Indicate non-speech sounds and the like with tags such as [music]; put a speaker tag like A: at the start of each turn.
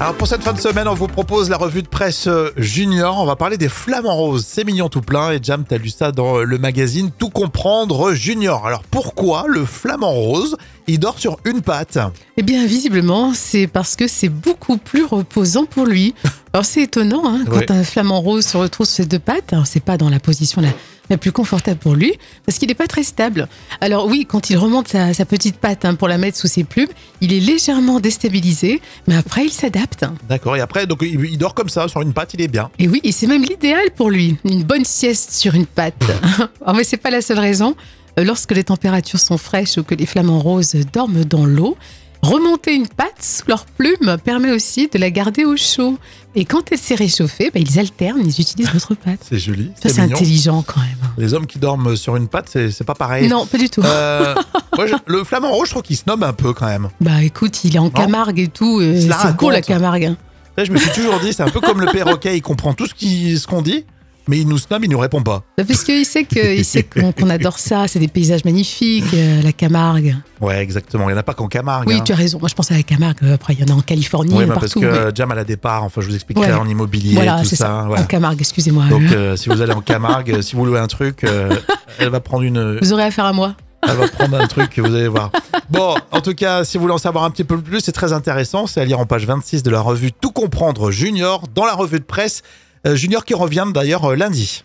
A: Alors pour cette fin de semaine, on vous propose la revue de presse euh, junior. On va parler des flamants roses. C'est mignon tout plein. Et Jam, t'as lu ça dans euh, le magazine Tout comprendre junior. Alors pourquoi le flamant rose il dort sur une patte
B: Eh bien, visiblement, c'est parce que c'est beaucoup plus reposant pour lui. Alors, c'est étonnant, hein, quand
A: Ouais.
B: un flamant rose se retrouve sur ses deux pattes, alors c'est pas dans la position la, la plus confortable pour lui, parce qu'il n'est pas très stable. Alors oui, quand il remonte sa, sa petite patte hein, pour la mettre sous ses plumes, il est légèrement déstabilisé, mais après, il s'adapte.
A: D'accord. Et après, donc il il dort comme ça sur une patte. Il est bien.
B: Et oui, et c'est même l'idéal pour lui, une bonne sieste sur une patte. [laughs] Alors, mais c'est pas la seule raison. Euh, Lorsque les températures sont fraîches ou que les flamants roses dorment dans l'eau, remonter une patte sous leurs plumes permet aussi de la garder au chaud. Et quand elle s'est réchauffée, bah, ils alternent, ils utilisent l'autre patte.
A: C'est joli.
B: Ça,
A: C'est
B: c'est
A: mignon.
B: intelligent quand même.
A: Les hommes qui dorment sur une patte, c'est c'est pas pareil.
B: Non, pas du tout.
A: Euh, moi, je- le flamant rose, je trouve qu'il se nomme un peu quand même.
B: Bah écoute, il est en Camargue et tout. euh,
A: Je la
B: C'est beau la
A: raconte.
B: Camargue. hein.
A: Tu sais, je me suis toujours dit, c'est un peu comme le perroquet. Il comprend tout ce qui- ce qu'on dit, mais il nous se nomme, il nous répond pas.
B: Bah, Parce qu'il sait que- il sait qu'on qu'on adore ça, c'est des paysages magnifiques, euh, la Camargue.
A: Ouais, exactement. Il n'y en a pas qu'en Camargue.
B: Oui,
A: hein.
B: tu as raison. Moi, je pense à la Camargue. euh, Après, il y en a en Californie, euh,
A: Oui, bah,
B: partout.
A: parce
B: mais-
A: que Jam à la départ, enfin, je vous expliquerai
B: Ouais.
A: en immobilier
B: Voilà,
A: tout
B: c'est ça.
A: ça. hein, voilà.
B: En Camargue, excusez-moi.
A: [laughs] Donc, euh, si vous allez en Camargue, si vous louez un truc, euh, elle va prendre une,
B: Vous aurez affaire à moi.
A: elle va prendre un truc, vous allez voir. Bon, en tout cas, si vous voulez en savoir un petit peu plus, c'est très intéressant. C'est à lire en page 26 de la revue Tout comprendre Junior dans la revue de presse euh, Junior qui revient d'ailleurs euh, lundi.